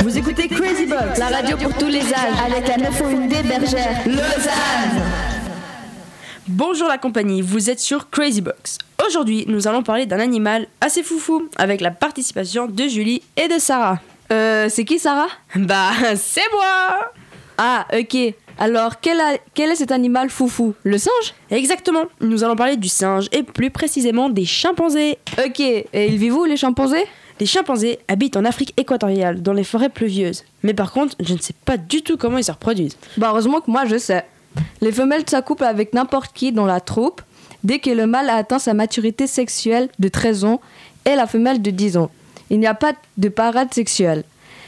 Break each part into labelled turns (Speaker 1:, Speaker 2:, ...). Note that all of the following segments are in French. Speaker 1: Vous écoutez Crazy Box, la radio pour tous les âges, avec la 901D Bergère, Lausanne.
Speaker 2: Bonjour la compagnie, vous êtes sur Crazy Box. Aujourd'hui, nous allons parler d'un animal assez foufou avec la participation de Julie et de Sarah.
Speaker 3: Euh, c'est qui Sarah
Speaker 2: Bah, c'est moi
Speaker 3: Ah, ok. Alors, quel, a- quel est cet animal foufou Le singe
Speaker 2: Exactement, nous allons parler du singe et plus précisément des chimpanzés.
Speaker 3: Ok, et ils vivent où les chimpanzés
Speaker 2: Les chimpanzés habitent en Afrique équatoriale, dans les forêts pluvieuses. Mais par contre, je ne sais pas du tout comment ils se reproduisent.
Speaker 3: Bah heureusement que moi je sais. Les femelles s'accouplent avec n'importe qui dans la troupe dès que le mâle a atteint sa maturité sexuelle de 13 ans et la femelle de 10 ans. Il n'y a pas de parade sexuelle.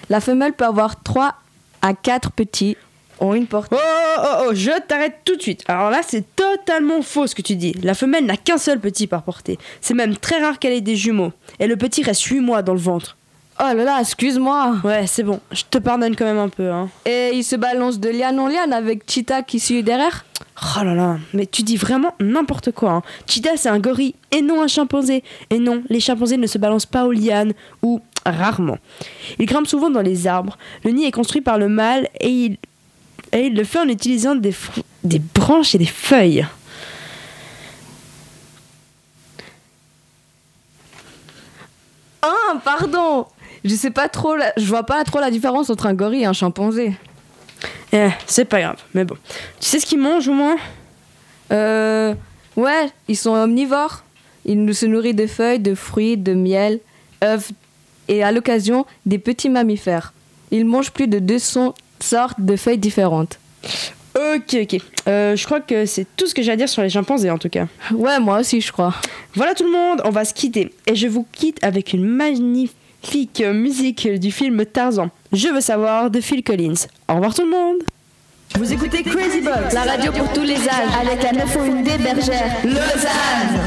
Speaker 3: La femelle peut avoir 3 à 4 petits en une portée.
Speaker 2: Oh, oh, oh, je t'arrête tout de suite. Alors là, c'est totalement faux ce que tu dis. La femelle n'a qu'un seul petit par portée. C'est même très rare qu'elle ait des jumeaux. Et le petit reste 8 mois dans le ventre.
Speaker 3: Oh là là, excuse-moi.
Speaker 2: Ouais, c'est bon, je te pardonne quand même un peu, hein.
Speaker 3: Et il se balance de liane en liane avec Cheetah qui suit derrière.
Speaker 2: Oh là là, mais tu dis vraiment n'importe quoi. Hein. Cheetah, c'est un gorille et non un chimpanzé. Et non, les chimpanzés ne se balancent pas aux lianes, ou rarement. Ils grimpent souvent dans les arbres. Le nid est construit par le mâle et il, et il le fait en utilisant des, fr- des branches et des feuilles.
Speaker 3: Ah, pardon. Je sais pas trop, la- je vois pas trop la différence entre un gorille et un chimpanzé.
Speaker 2: Eh, c'est pas grave, mais bon. Tu sais ce qu'ils mangent au moins
Speaker 3: Euh, ouais, ils sont omnivores. Ils nous- se nourrissent de feuilles, de fruits, de miel, œufs et à l'occasion des petits mammifères. Ils mangent plus de 200 sortes de feuilles différentes.
Speaker 2: Ok, ok. Euh, je crois que c'est tout ce que j'ai à dire sur les chimpanzés en tout cas.
Speaker 3: Ouais, moi aussi, je crois.
Speaker 2: Voilà tout le monde, on va se quitter. Et je vous quitte avec une magnifique musique du film Tarzan. Je veux savoir de Phil Collins. Au revoir tout le monde
Speaker 1: Vous écoutez Crazy Box, la radio pour tous les âges, avec la 901D Bergère, Lausanne.